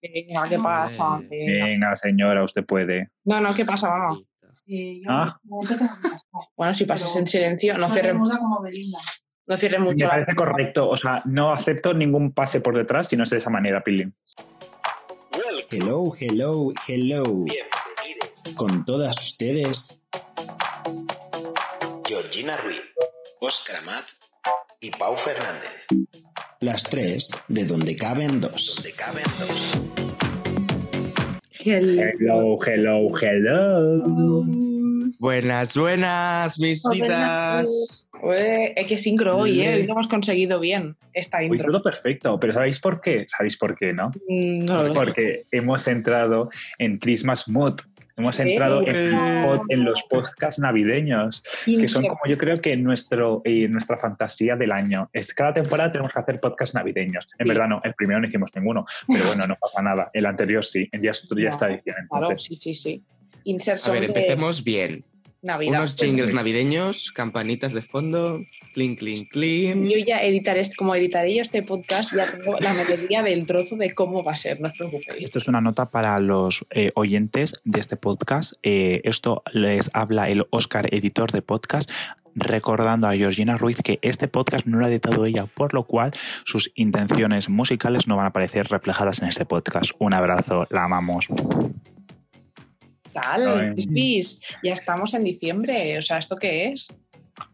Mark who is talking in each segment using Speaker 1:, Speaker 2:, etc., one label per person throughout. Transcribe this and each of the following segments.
Speaker 1: Venga, ¿qué pasa? Venga.
Speaker 2: Venga, Eh, señora, usted puede.
Speaker 1: No, no, ¿qué pasa? Vamos.
Speaker 3: Eh, yo
Speaker 2: Ah.
Speaker 3: no te preocupes, no.
Speaker 1: Bueno, si pasas en silencio, no
Speaker 3: Soy
Speaker 1: cierres,
Speaker 3: muda como Belinda.
Speaker 1: no cierres mucho.
Speaker 2: Me
Speaker 1: la-
Speaker 2: parece correcto. O sea, no acepto ningún pase por detrás si no es de esa manera, Pili.
Speaker 4: Hello, hello, hello. Con todas ustedes,
Speaker 5: Georgina Ruiz, Óscar Amat y Pau Fernández.
Speaker 4: las tres, de donde caben dos.
Speaker 5: Donde caben dos.
Speaker 2: Hello, hello, hello.
Speaker 6: Buenas, buenas, mis vidas.
Speaker 1: Ué, es que sincro hoy, ¿eh? Hoy lo hemos conseguido bien, esta
Speaker 2: Hoy
Speaker 1: intro.
Speaker 2: todo perfecto, pero ¿sabéis por qué? ¿Sabéis por qué, no?
Speaker 1: Mm, No, lo sé.
Speaker 2: Porque hemos entrado en Christmas Mood. Hemos entrado en,
Speaker 6: Eh.
Speaker 2: pod- en los podcasts navideños, que son como yo creo que nuestro, eh, nuestra fantasía del año. Es, cada temporada tenemos que hacer podcasts navideños. En
Speaker 1: Sí.
Speaker 2: verdad no, el primero no hicimos ninguno, pero bueno, no pasa nada. El anterior sí, ya, ya está bien.
Speaker 1: Claro,
Speaker 2: Entonces,
Speaker 1: sí, sí, sí. Insert
Speaker 6: A ver,
Speaker 1: song de
Speaker 6: empecemos bien.
Speaker 1: Navidad. pues.
Speaker 6: Unos jingles navideños, campanitas de fondo, clink, clink, clink.
Speaker 1: Yo ya editaré, este- como editaré yo este podcast, ya tengo la melodía del trozo de cómo va a ser, no os preocupéis.
Speaker 2: Esto es una nota para los eh, oyentes de este podcast. Eh, esto les habla el Oscar editor de podcast, recordando a Georgina Ruiz que este podcast no lo ha editado ella, por lo cual sus intenciones musicales no van a aparecer reflejadas en este podcast. Un abrazo, la amamos.
Speaker 1: Tal,
Speaker 2: Ay.
Speaker 1: Crispis, ya estamos en diciembre, o sea, ¿esto qué es?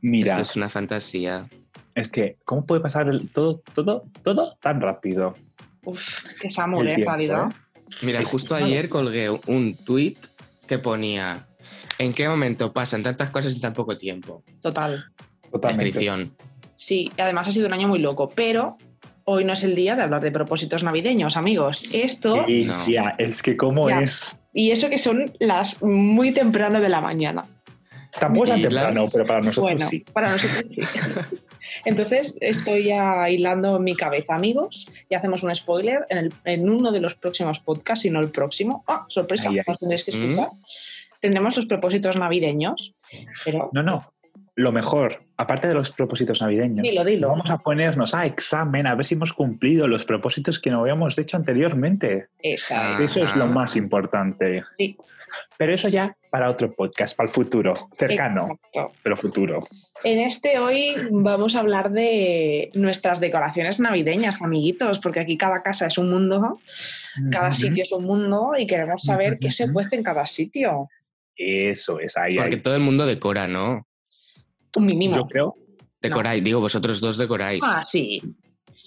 Speaker 2: Mira,
Speaker 6: Esto es una fantasía.
Speaker 2: es que, ¿cómo puede pasar el- todo, todo, todo tan rápido?
Speaker 1: Uf, qué Samur,
Speaker 2: El
Speaker 1: ¿eh? en
Speaker 2: tiempo,
Speaker 1: realidad.
Speaker 2: ¿eh?
Speaker 6: Mira,
Speaker 2: Es-
Speaker 6: justo ayer colgué un tweet que ponía ¿En qué momento pasan tantas cosas en tan poco tiempo?
Speaker 1: Total.
Speaker 2: Totalmente.
Speaker 6: Descripción.
Speaker 1: Sí, y además ha sido un año muy loco, pero hoy no es el día de hablar de propósitos navideños, amigos. Esto,
Speaker 2: Y
Speaker 6: No.
Speaker 2: ya, es que, ¿cómo
Speaker 1: Ya.
Speaker 2: es?
Speaker 1: y eso que son las muy temprano de la mañana.
Speaker 2: Tampoco es tan
Speaker 6: Y las-
Speaker 2: temprano, pero para nosotros
Speaker 1: bueno,
Speaker 2: sí.
Speaker 1: para nosotros sí. Entonces estoy ya hilando en mi cabeza, amigos, y hacemos un spoiler en, el- en uno de los próximos podcasts, si no el próximo. ¡Ah, sorpresa!
Speaker 2: Ay, ay.
Speaker 1: Nos tendréis que
Speaker 6: Mm.
Speaker 1: escuchar. Tendremos los propósitos navideños, pero
Speaker 2: No, no. Lo mejor, aparte de los propósitos navideños,
Speaker 1: Dilo, dilo.
Speaker 2: vamos a ponernos a examen a ver si hemos cumplido los propósitos que no habíamos hecho anteriormente.
Speaker 1: esa es.
Speaker 6: Ah.
Speaker 2: Eso es lo más importante.
Speaker 1: Sí.
Speaker 2: Pero eso ya para otro podcast, para el futuro, cercano,
Speaker 1: Exacto.
Speaker 2: pero futuro.
Speaker 1: En este hoy vamos a hablar de nuestras decoraciones navideñas, amiguitos, porque aquí cada casa es un mundo, cada
Speaker 2: Ujú.
Speaker 1: sitio es un mundo y queremos saber qué se
Speaker 2: Ujú.
Speaker 1: cuece en cada sitio.
Speaker 2: Eso es, ahí,
Speaker 6: Porque
Speaker 2: ahí.
Speaker 6: todo el mundo decora, ¿no?
Speaker 1: Un
Speaker 2: Yo
Speaker 1: mínimo.
Speaker 2: creo,
Speaker 6: Decoráis, digo, vosotros dos decoráis.
Speaker 1: Ah, sí.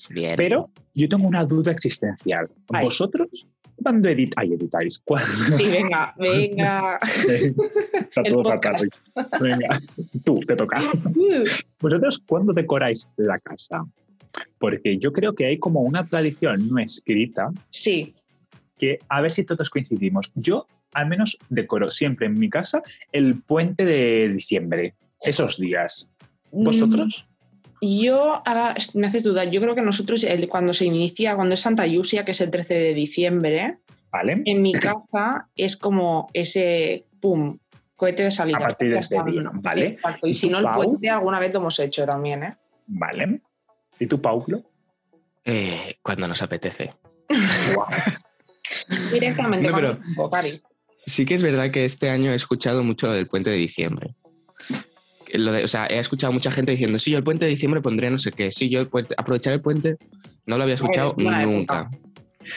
Speaker 6: Bien.
Speaker 2: pero yo tengo una duda existencial.
Speaker 1: Ay.
Speaker 2: ¿Vosotros cuando editáis? editáis. ¿Cuándo?
Speaker 1: Sí, venga, venga.
Speaker 2: Está
Speaker 1: El
Speaker 2: todo fatal.
Speaker 1: podcast.
Speaker 2: Venga, tú, te toca. ¿Vosotros cuándo decoráis la casa? Porque yo creo que hay como una tradición no escrita
Speaker 1: Sí,
Speaker 2: que a ver si todos coincidimos. Yo al menos decoro siempre en mi casa el puente de diciembre, esos días.
Speaker 1: Mm.
Speaker 2: ¿Vosotros?
Speaker 1: Yo, ahora es- me haces duda, yo creo que nosotros, el- cuando se inicia, cuando es Santa Yusia, que es el 13 de diciembre,
Speaker 2: ¿Vale?
Speaker 1: en mi casa es como ese pum, cohete de salida.
Speaker 2: A partir de
Speaker 1: Ya
Speaker 2: ese
Speaker 1: está,
Speaker 2: día,
Speaker 1: ¿no?
Speaker 2: ¿vale?
Speaker 1: Exacto, Y
Speaker 2: ¿Y
Speaker 1: si
Speaker 2: tú,
Speaker 1: no, el
Speaker 2: Pau?
Speaker 1: puente alguna vez lo hemos hecho también, ¿eh?
Speaker 2: ¿Vale? ¿Y tú, Paulo?
Speaker 6: Eh, cuando nos apetece.
Speaker 1: Directamente.
Speaker 6: No,
Speaker 1: cuando
Speaker 6: pero-
Speaker 1: tengo, Cari.
Speaker 6: Sí que es verdad que este año he escuchado mucho lo del puente de diciembre. Lo de- o sea, he escuchado mucha gente diciendo, sí, yo el puente de diciembre pondría no sé qué, sí, yo el puente, aprovechar el puente, no lo había escuchado
Speaker 1: Vale, buena
Speaker 6: nunca.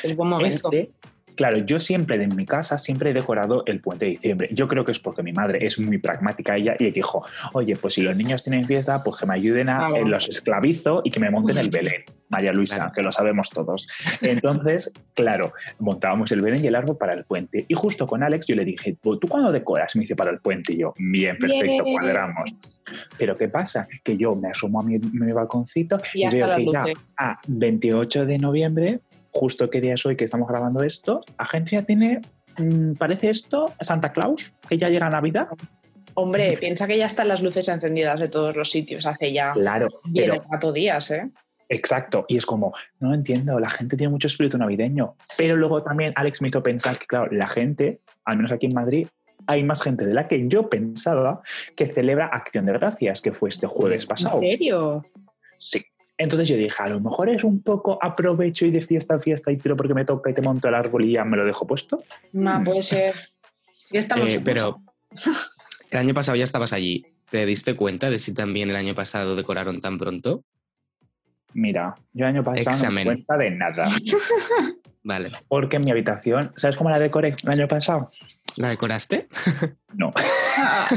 Speaker 1: Es buen momento.
Speaker 2: Este, claro, yo siempre en mi casa siempre he decorado el puente de diciembre. Yo creo que es porque mi madre es muy pragmática ella y le dijo, oye, pues si los niños tienen fiesta, pues que me ayuden a
Speaker 1: Claro.
Speaker 2: eh, los esclavizo y que me monten el Belén. María Luisa,
Speaker 6: Claro.
Speaker 2: que lo sabemos todos. Entonces, claro, montábamos el Belén y el árbol para el puente. Y justo con Alex yo le dije, ¿tú cuándo decoras? Me dice, para el puente. Y yo, bien, perfecto,
Speaker 1: Bien.
Speaker 2: cuadramos. Pero ¿qué pasa? Que yo me asomo a mi, mi balconcito
Speaker 1: Y
Speaker 2: y,
Speaker 1: hasta
Speaker 2: veo
Speaker 1: las
Speaker 2: que ya
Speaker 1: luces.
Speaker 2: a 28 de noviembre, justo qué día es hoy que estamos grabando esto, agencia tiene, mm, parece esto, Santa Claus, que ya llega Navidad.
Speaker 1: Hombre, piensa que ya están las luces encendidas de todos los sitios hace ya
Speaker 2: Claro,
Speaker 1: bien
Speaker 2: pero
Speaker 1: cuatro días, ¿eh?
Speaker 2: exacto. Y es como, no entiendo, la gente tiene mucho espíritu navideño. Pero luego también Alex me hizo pensar que, claro, la gente, al menos aquí en Madrid, hay más gente de la que yo pensaba que celebra Acción de Gracias, que fue este jueves
Speaker 6: ¿En
Speaker 2: pasado.
Speaker 1: ¿En serio?
Speaker 2: Sí. Entonces yo dije, a lo mejor es un poco aprovecho y de fiesta en fiesta y tiro porque me toca y te monto el árbol y ya me lo dejo puesto. Mm.
Speaker 1: Ma, puede ser. Ya estamos.
Speaker 6: Eh, pero el año pasado ya estabas allí. ¿Te diste cuenta de si también el año pasado decoraron tan pronto?
Speaker 2: Mira, yo el año pasado no me di
Speaker 6: Examen.
Speaker 2: cuenta de nada.
Speaker 6: Vale.
Speaker 2: Porque en mi habitación, ¿sabes cómo la decoré el año pasado?
Speaker 6: ¿La decoraste?
Speaker 1: Ah,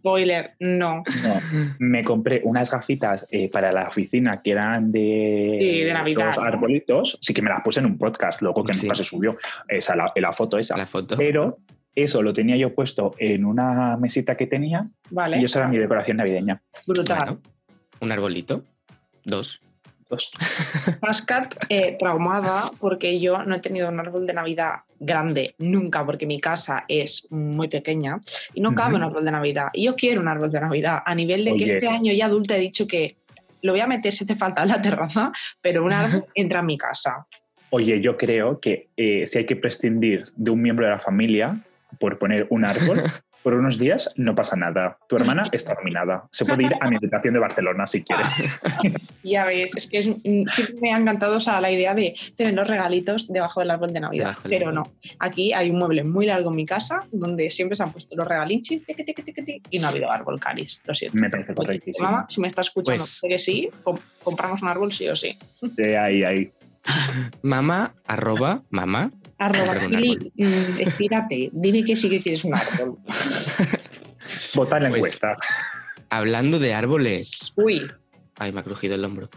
Speaker 1: Spoiler, no.
Speaker 2: No, me compré unas gafitas eh, para la oficina que eran de,
Speaker 1: Sí, de Navidad,
Speaker 2: los
Speaker 1: ¿no?
Speaker 2: arbolitos. Sí que me las puse en un podcast, loco, que
Speaker 6: Sí.
Speaker 2: nunca se subió esa, la, la foto esa.
Speaker 6: La foto.
Speaker 2: Pero eso lo tenía yo puesto en una mesita que tenía
Speaker 1: Vale.
Speaker 2: y esa era mi decoración navideña.
Speaker 1: Brutal.
Speaker 6: Bueno, un arbolito. Dos.
Speaker 2: Dos.
Speaker 1: Pascat eh, traumada porque yo no he tenido un árbol de Navidad grande nunca porque mi casa es muy pequeña y no cabe un
Speaker 2: Ujú.
Speaker 1: árbol de Navidad. Y yo quiero un árbol de Navidad a nivel de que
Speaker 2: Oye.
Speaker 1: este año ya adulta he dicho que lo voy a meter si hace falta en la terraza, pero un árbol entra en mi casa.
Speaker 2: Oye, yo creo que eh, si hay que prescindir de un miembro de la familia por poner un árbol, por unos días no pasa nada. Tu hermana está nominada. Se puede ir a mi habitación de Barcelona si quiere.
Speaker 1: Ya ves, es que es- mm, siempre me ha encantado o sea, la idea de tener los regalitos debajo del árbol de Navidad,
Speaker 6: Debajo del
Speaker 1: pero no.
Speaker 6: árbol.
Speaker 1: Aquí hay un mueble muy largo en mi casa donde siempre se han puesto los regalinchis tiqui, tiqui, tiqui, tiqui, y no ha habido árbol, Caris, lo siento.
Speaker 2: Me parece
Speaker 1: Oye,
Speaker 2: correctísimo.
Speaker 1: Mamá, si me está escuchando,
Speaker 6: Pues-
Speaker 1: sé que sí, com- compramos un árbol sí o sí.
Speaker 2: De ahí, ahí.
Speaker 6: Mamá, arroba, mamá.
Speaker 1: Arroba,
Speaker 6: Compré un
Speaker 1: Fili,
Speaker 6: árbol.
Speaker 1: mm, estírate, dime que sí que quieres un árbol.
Speaker 2: Vota en la
Speaker 6: Pues-
Speaker 2: encuesta.
Speaker 6: Hablando de árboles.
Speaker 1: Uy,
Speaker 6: Ay, me ha crujido el hombro.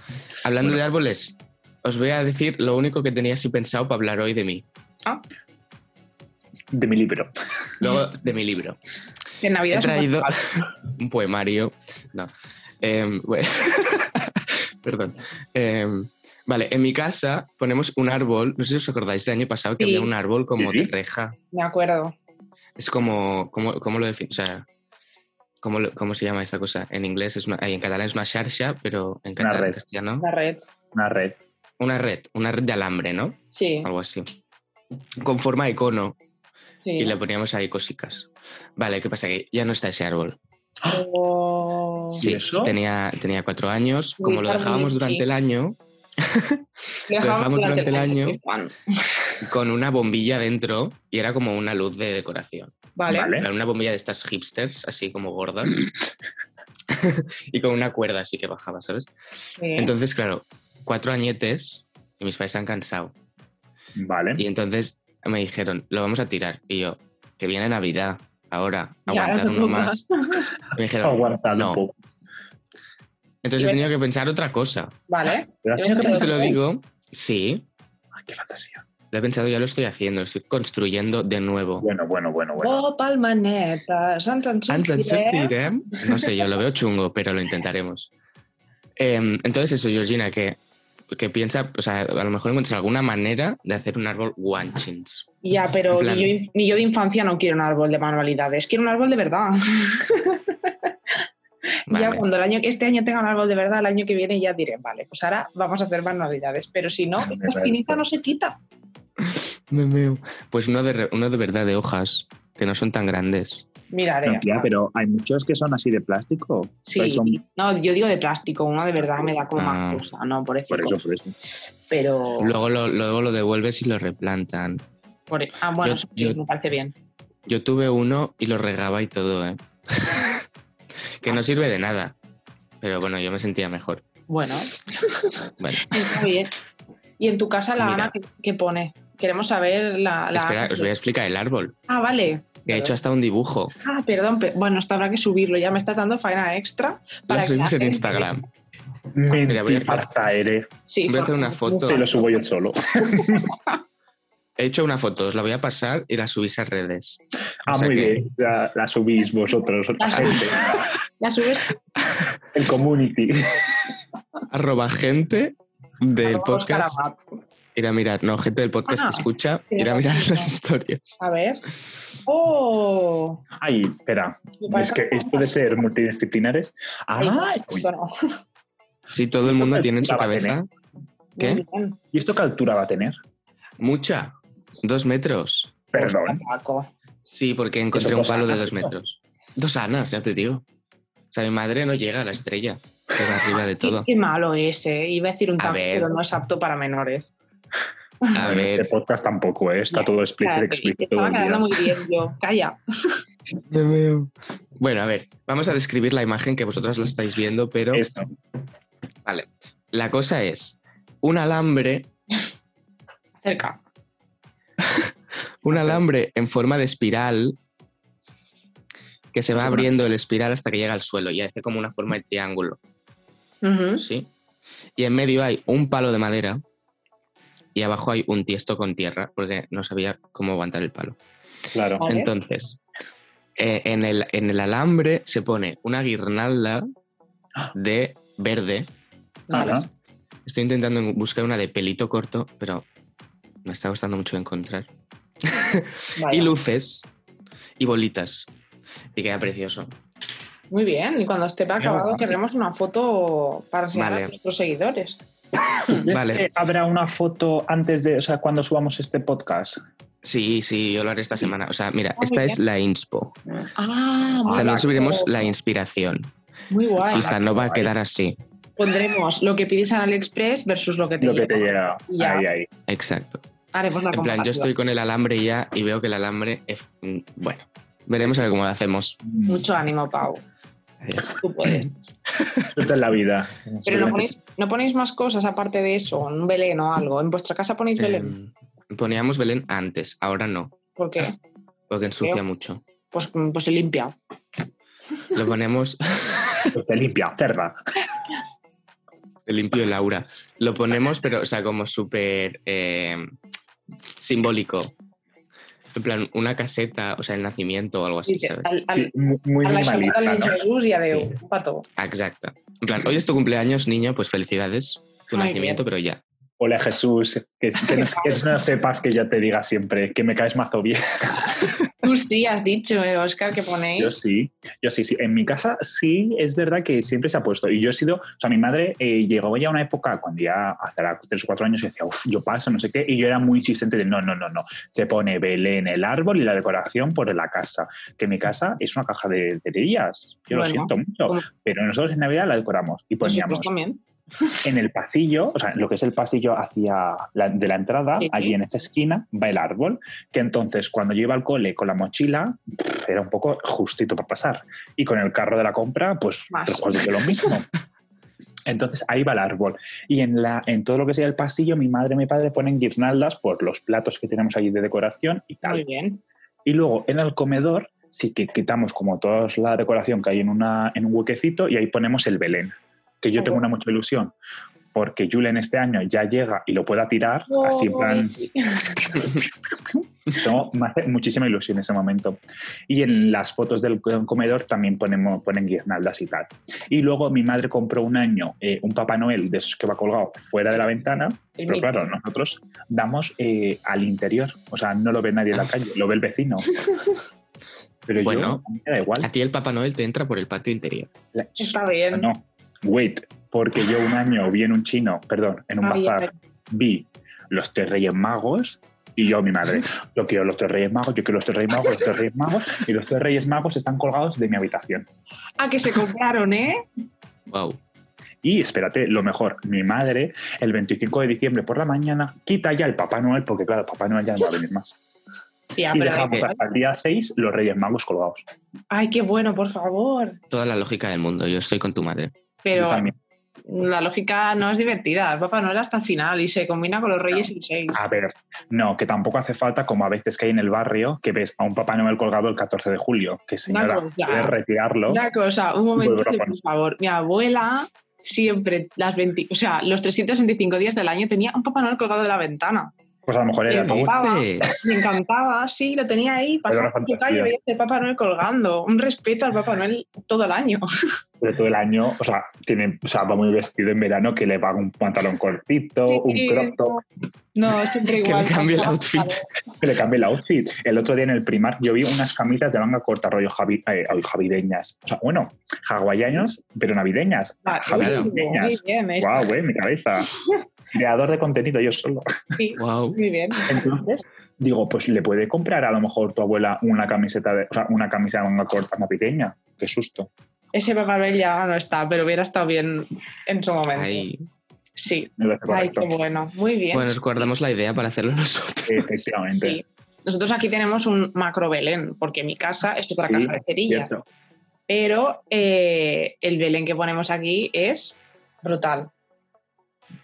Speaker 6: Hablando de árboles, os voy a decir lo único que tenía así pensado para hablar hoy de mí.
Speaker 2: De mi libro.
Speaker 6: Luego de mi libro.
Speaker 1: en Navidad
Speaker 6: He
Speaker 1: es un
Speaker 6: traído un poemario. No. Em, bueno. Perdón. Em, vale, en mi casa ponemos un árbol. No sé si os acordáis del año pasado que
Speaker 1: Sí.
Speaker 6: había un árbol como
Speaker 2: Sí, sí.
Speaker 6: de reja.
Speaker 1: Me acuerdo.
Speaker 6: Es como. ¿Cómo, cómo lo defino? O sea. ¿cómo, lo- cómo se llama esta cosa? En inglés es una. ay, en catalán es una xarxa, pero en
Speaker 2: Una
Speaker 6: catalán, en
Speaker 2: red.
Speaker 6: castellano.
Speaker 1: La red.
Speaker 2: Una red.
Speaker 6: Una red. Una red de alambre, ¿no?
Speaker 1: Sí,
Speaker 6: Algo así. Con forma de cono.
Speaker 1: sí.
Speaker 6: Y le poníamos ahí cositas. Vale, ¿qué pasa? Que ya no está ese árbol.
Speaker 1: Pero-
Speaker 2: Sí.
Speaker 6: Sí,
Speaker 2: eso?
Speaker 6: tenía, tenía cuatro años. Como lo
Speaker 1: Ubicarlo
Speaker 6: dejábamos
Speaker 1: en
Speaker 6: durante
Speaker 1: ti.
Speaker 6: el año,
Speaker 1: Lo
Speaker 6: dejamos durante el año.
Speaker 1: Juan.
Speaker 6: con una bombilla dentro, y era como una luz de decoración.
Speaker 1: Vale.
Speaker 2: Vale.
Speaker 6: Era una bombilla de estas hipsters, así como gordas. y con una cuerda así que bajaba, ¿sabes?
Speaker 1: sí.
Speaker 6: Entonces, claro, cuatro añetes y mis padres se han cansado.
Speaker 2: Vale.
Speaker 6: Y entonces me dijeron, lo vamos a tirar. Y yo, que viene Navidad, ahora,
Speaker 1: Ya,
Speaker 6: aguantar uno
Speaker 1: no
Speaker 6: más. Y me dijeron,
Speaker 2: Aguantado
Speaker 6: no.
Speaker 2: un poco.
Speaker 6: Entonces he tenido que pensar otra cosa.
Speaker 1: Vale.
Speaker 2: ¿Te has
Speaker 1: Yo
Speaker 2: tenido que
Speaker 1: creo
Speaker 6: Entonces te
Speaker 2: pensar?
Speaker 6: lo digo, sí,
Speaker 2: Ay, ¡Qué fantasía!
Speaker 6: Lo he pensado, ya lo estoy haciendo, estoy construyendo de nuevo.
Speaker 2: Bueno, bueno, bueno, bueno.
Speaker 1: Oh, palmaneta, Sant
Speaker 6: Ans en sortirem. No sé, yo lo veo chungo, pero lo intentaremos. Em, entonces eso, Georgina, que, que piensa, o sea, a lo mejor encuentras alguna manera de hacer un árbol guanchins.
Speaker 1: Ya, pero
Speaker 6: En plan-
Speaker 1: ni yo, ni yo de infancia no quiero un árbol de manualidades, quiero un árbol de verdad. Ya
Speaker 6: Vale.
Speaker 1: cuando el año, este año tenga un árbol de verdad, el año que viene ya diré, vale, pues ahora vamos a hacer manualidades. Pero si no,
Speaker 2: Me
Speaker 1: esta
Speaker 2: parece.
Speaker 1: espinita no se quita.
Speaker 6: Me meo. Pues uno de, re- uno de verdad de hojas, que no son tan grandes.
Speaker 1: Miraré.
Speaker 2: No, tía, pero hay muchos que son así de plástico.
Speaker 1: sí,
Speaker 2: Son-
Speaker 1: no, yo digo de plástico, uno de verdad me da como más
Speaker 6: Ah.
Speaker 1: cosa, no, por eso.
Speaker 2: Por eso, por eso.
Speaker 1: Pero.
Speaker 6: Luego lo, luego lo devuelves y lo replantan.
Speaker 1: por- ah, bueno,
Speaker 6: Yo-
Speaker 1: eso sí,
Speaker 6: yo-
Speaker 1: me parece bien.
Speaker 6: Yo tuve uno y lo regaba y todo, ¿eh? que no sirve de nada. Pero bueno, yo me sentía mejor.
Speaker 1: Bueno,
Speaker 6: Bueno.
Speaker 1: está bien. ¿Y en tu casa la
Speaker 6: Mira.
Speaker 1: Ana qué, qué pone? Queremos saber la. la-
Speaker 6: Espera, os voy a explicar el árbol.
Speaker 1: Ah, vale.
Speaker 6: Que he
Speaker 1: Claro.
Speaker 6: hecho hasta un dibujo.
Speaker 1: Ah, perdón. pe- Bueno, esto habrá que subirlo. Ya me estás dando faena extra. Para
Speaker 6: Lo
Speaker 1: que
Speaker 6: subimos
Speaker 1: la
Speaker 6: en
Speaker 1: gente-
Speaker 6: Instagram. Mira, voy a hacer-
Speaker 2: Mentifarza eres.
Speaker 1: Sí,
Speaker 6: Voy a hacer
Speaker 1: por-
Speaker 6: una foto.
Speaker 2: Te lo subo yo solo.
Speaker 6: He hecho una foto, os la voy a pasar y la subís a redes.
Speaker 2: Ah,
Speaker 6: O sea
Speaker 2: muy
Speaker 6: que-
Speaker 2: bien. La, la subís vosotros, la
Speaker 1: La
Speaker 2: gente.
Speaker 1: La subes
Speaker 2: El community.
Speaker 6: Arroba gente del
Speaker 1: Arroba Óscar
Speaker 6: podcast.
Speaker 1: Amat.
Speaker 6: Ir a mirar, no, gente del podcast
Speaker 1: Ah,
Speaker 6: que escucha,
Speaker 1: sí,
Speaker 6: ir a mirar
Speaker 1: sí,
Speaker 6: las
Speaker 1: no.
Speaker 6: historias.
Speaker 1: A ver. ¡Oh!
Speaker 2: Ay, espera.
Speaker 1: Me
Speaker 2: Es
Speaker 1: parece
Speaker 2: que puede ser multidisciplinares. Ah, uy.
Speaker 1: Eso no.
Speaker 6: Sí, todo el mundo
Speaker 2: ¿Cuántas
Speaker 6: tiene en su
Speaker 2: Pues la va a
Speaker 6: cabeza. ¿Qué?
Speaker 1: Muy bien.
Speaker 2: ¿Y esto qué altura va a tener?
Speaker 6: Mucha. Dos metros.
Speaker 2: Perdón.
Speaker 1: Paco.
Speaker 6: Sí, porque encontré
Speaker 2: son
Speaker 6: un
Speaker 2: dos
Speaker 6: palo de
Speaker 2: anas,
Speaker 6: dos
Speaker 2: ¿no?
Speaker 6: metros. Dos anas, ya te digo. O sea, mi madre no llega a la estrella. Por arriba de todo.
Speaker 1: Qué malo ese. Iba a decir un
Speaker 6: A
Speaker 1: cambio,
Speaker 6: ver.
Speaker 1: pero no es apto para menores.
Speaker 6: A
Speaker 2: Bueno,
Speaker 6: ver,
Speaker 2: Este podcast tampoco, ¿eh? Está
Speaker 1: Ya,
Speaker 2: todo explícito,
Speaker 1: Claro,
Speaker 2: explícito todo
Speaker 1: estaba
Speaker 2: el día.
Speaker 1: quedando muy bien yo. Calla.
Speaker 6: Bueno, a ver, vamos a describir la imagen que vosotras la estáis viendo, pero
Speaker 2: Eso.
Speaker 6: la cosa es un alambre,
Speaker 1: Cerca.
Speaker 6: un alambre en forma de espiral que se va
Speaker 2: Sí,
Speaker 6: abriendo el espiral hasta que llega al suelo y hace como una forma de triángulo,
Speaker 1: Ujú.
Speaker 6: ¿sí? Y en medio hay un palo de madera y abajo hay un tiesto con tierra porque no sabía cómo aguantar el palo.
Speaker 2: Claro.
Speaker 1: Vale.
Speaker 6: Entonces, eh, en, el, en el alambre se pone una guirnalda de verde.
Speaker 1: Oh,
Speaker 2: Ajá.
Speaker 6: ¿sabes? Estoy intentando en- buscar una de pelito corto, pero me está costando mucho encontrar.
Speaker 1: Vaya.
Speaker 6: Y luces y bolitas. Y queda precioso.
Speaker 1: Muy bien. Y cuando esté acabado,
Speaker 2: guay.
Speaker 1: queremos una foto para enseñar
Speaker 6: Vale.
Speaker 1: a nuestros seguidores.
Speaker 2: ¿Ves
Speaker 6: Vale.
Speaker 2: que habrá una foto antes de, o sea, cuando subamos este podcast?
Speaker 6: Sí, sí, yo lo haré esta semana. O sea, mira,
Speaker 1: Ah, muy
Speaker 6: esta
Speaker 1: bien.
Speaker 6: es la inspo.
Speaker 1: Ah, muy
Speaker 6: También
Speaker 1: guay.
Speaker 6: subiremos la inspiración.
Speaker 1: Muy guay.
Speaker 6: Esta no va a
Speaker 2: guay.
Speaker 6: quedar así.
Speaker 1: Pondremos lo que pides en AliExpress versus lo que te,
Speaker 2: Lo que
Speaker 1: llega.
Speaker 2: te llega.
Speaker 1: Ya.
Speaker 2: Ahí, ahí.
Speaker 6: Exacto.
Speaker 1: Haremos la
Speaker 6: En plan, yo
Speaker 1: comparativa.
Speaker 6: estoy con el alambre ya y veo que el alambre es... mm, Bueno, veremos a ver cómo lo hacemos.
Speaker 1: Mucho ánimo, Pau. Tú puedes.
Speaker 2: Suelta en la vida.
Speaker 1: Pero no
Speaker 2: Suelta-
Speaker 1: ponéis, no ponéis más cosas aparte de eso, un Belén o algo. En vuestra casa ponéis
Speaker 2: Eh,
Speaker 1: Belén.
Speaker 6: Em, poníamos Belén antes, ahora no,
Speaker 1: ¿Por qué?
Speaker 6: porque ensucia
Speaker 1: Creo.
Speaker 6: mucho.
Speaker 1: Pues, pues limpia.
Speaker 6: Lo ponemos,
Speaker 2: Te limpia, cerda.
Speaker 6: te limpio Laura, lo ponemos, pero, o sea, como súper em, simbólico. En plan, una caseta, o sea, el nacimiento o algo así,
Speaker 1: Dice,
Speaker 6: ¿sabes?
Speaker 1: al- al-
Speaker 2: Sí, muy muy
Speaker 1: a la
Speaker 2: minimalista,
Speaker 1: llamada de
Speaker 2: ¿no?
Speaker 1: Jesús y adeu.
Speaker 6: Sí, sí.
Speaker 1: Un pato.
Speaker 6: Ah, Exacto. En plan, hoy es tu cumpleaños, niño, pues felicidades, tu
Speaker 1: Ay,
Speaker 6: nacimiento, pero ya.
Speaker 2: Hola Jesús, que, que no, que no sepas que yo te diga siempre que me caes mazo bien.
Speaker 1: Tú sí has dicho, eh, Oscar, que
Speaker 2: Yo
Speaker 1: ponéis.
Speaker 2: sí, yo sí, sí. En mi casa sí es verdad que siempre se ha puesto. Y yo he sido, o sea, mi madre eh, llegó ya a una época cuando ya hace la- tres o cuatro años y decía, uff, yo paso, no sé qué. Y yo era muy insistente de, no, no, no, no. Se pone Belén, el árbol y la decoración por la casa. Que mi casa es una caja de cerillas. Yo lo
Speaker 1: Bueno,
Speaker 2: siento mucho.
Speaker 1: como-
Speaker 2: Pero nosotros en Navidad la decoramos y
Speaker 1: Nosotros
Speaker 2: poníamos
Speaker 1: pues, también.
Speaker 2: en el pasillo, o sea, lo que es el pasillo hacia la, de la entrada,
Speaker 1: Sí.
Speaker 2: allí en esa esquina, va el árbol, que entonces cuando yo iba al cole con la mochila, pff, era un poco justito para pasar. Y con el carro de la compra, pues
Speaker 1: Más.
Speaker 2: tres cuartos de lo mismo. Entonces ahí va el árbol. Y en, la, en todo lo que sea el pasillo, mi madre y mi padre ponen guirnaldas por los platos que tenemos allí de decoración y tal.
Speaker 1: Muy bien.
Speaker 2: Y luego en el comedor sí que quitamos como toda la decoración que hay en, una, en un huequecito y ahí ponemos el Belén, que yo tengo una mucha ilusión, porque Julen este año ya llega y lo pueda tirar, así en plan, tengo- me hace muchísima ilusión ese momento. Y en las fotos del comedor también ponemos, ponen guirnaldas y tal. Y luego mi madre compró un año eh, un Papá Noel de esos que va colgado fuera de la ventana
Speaker 1: El
Speaker 2: pero
Speaker 1: mito.
Speaker 2: claro, nosotros damos eh, al interior. O sea, no lo ve nadie en
Speaker 1: Ah.
Speaker 2: la calle, lo ve el vecino. Pero
Speaker 6: Bueno. Ah.
Speaker 2: yo, a mí me da igual.
Speaker 6: A ti el Papá Noel te entra por el patio interior.
Speaker 2: La-
Speaker 1: Está bien.
Speaker 2: No, wait, porque yo un año vi en un chino, perdón, en un
Speaker 1: Ah, bien.
Speaker 2: bazar, vi los tres reyes magos y yo, mi madre, yo quiero los tres reyes magos, yo quiero los tres reyes magos, los tres reyes magos, y los tres reyes magos están colgados de mi habitación.
Speaker 1: Ah, que se compraron, ¿eh?
Speaker 6: Wow.
Speaker 2: Y espérate, lo mejor, mi madre, el 25 de diciembre por la mañana, quita ya el Papá Noel, porque claro, Papá Noel ya no va a venir más.
Speaker 1: Ya,
Speaker 2: y
Speaker 1: Ah, pero-
Speaker 2: dejamos hasta el día 6 los Reyes Magos colgados.
Speaker 1: Ay, qué bueno, por favor.
Speaker 6: Toda la lógica del mundo. Yo estoy con tu madre.
Speaker 2: Yo
Speaker 1: Pero
Speaker 2: también.
Speaker 1: la lógica no es divertida. El Papá Noel hasta el final y se combina con los Reyes y el seis.
Speaker 2: A ver, no, que tampoco hace falta como a veces que hay en el barrio que ves a un Papá Noel colgado el 14 de julio, que señora,
Speaker 1: Claro, ya.
Speaker 2: puedes retirarlo.
Speaker 1: Una cosa, un momento,
Speaker 2: Vuelvo a
Speaker 1: por favor. Mi abuela siempre, las 20 o sea, los 365 días del año tenía un Papá Noel colgado de la ventana.
Speaker 2: Pues a lo mejor era
Speaker 1: Sí,
Speaker 2: como,
Speaker 1: papá. Guapa.
Speaker 6: Dices,
Speaker 1: Me encantaba, sí, lo tenía ahí, pasaba
Speaker 2: Era una
Speaker 1: por tu
Speaker 2: fantasía.
Speaker 1: calle y veías el Papá Noel colgando. Un respeto al Papá Noel todo el año.
Speaker 2: pero todo el año, o sea, tiene, o sea, va muy vestido en verano que le va un pantalón cortito, un
Speaker 1: Sí,
Speaker 2: crop top,
Speaker 1: No, siempre
Speaker 6: Que
Speaker 1: igual.
Speaker 6: le cambie el
Speaker 1: Pasaba-
Speaker 6: outfit.
Speaker 2: que le cambie el outfit. El otro día en el primar yo vi unas camisas de manga corta, rollo javi, eh, ay, javideñas. O sea, bueno, hawaianos, pero navideñas.
Speaker 1: Ah,
Speaker 6: Javier,
Speaker 1: muy bien,
Speaker 2: niñas.
Speaker 1: muy bien, eh,
Speaker 2: Guau, güey, mi cabeza. Creador de contenido yo solo.
Speaker 1: sí,
Speaker 6: Wow.
Speaker 1: muy bien.
Speaker 2: Entonces, digo, pues le puede comprar a lo mejor tu abuela una camiseta de, o sea, una camisa de manga corta navideña. Qué susto.
Speaker 1: Ese papel ya no está, pero hubiera estado bien en su momento.
Speaker 6: Ahí.
Speaker 1: Sí.
Speaker 2: Me parece
Speaker 1: Ay,
Speaker 2: correcto.
Speaker 1: qué bueno. Muy bien.
Speaker 6: Bueno, recordamos la idea para hacerlo nosotros.
Speaker 2: Sí, Efectivamente.
Speaker 1: Sí. Nosotros aquí tenemos un macro Belén, porque mi casa es otra
Speaker 2: Sí,
Speaker 1: caja de cerilla.
Speaker 2: Cierto.
Speaker 1: Pero eh, el Belén que ponemos aquí es brutal.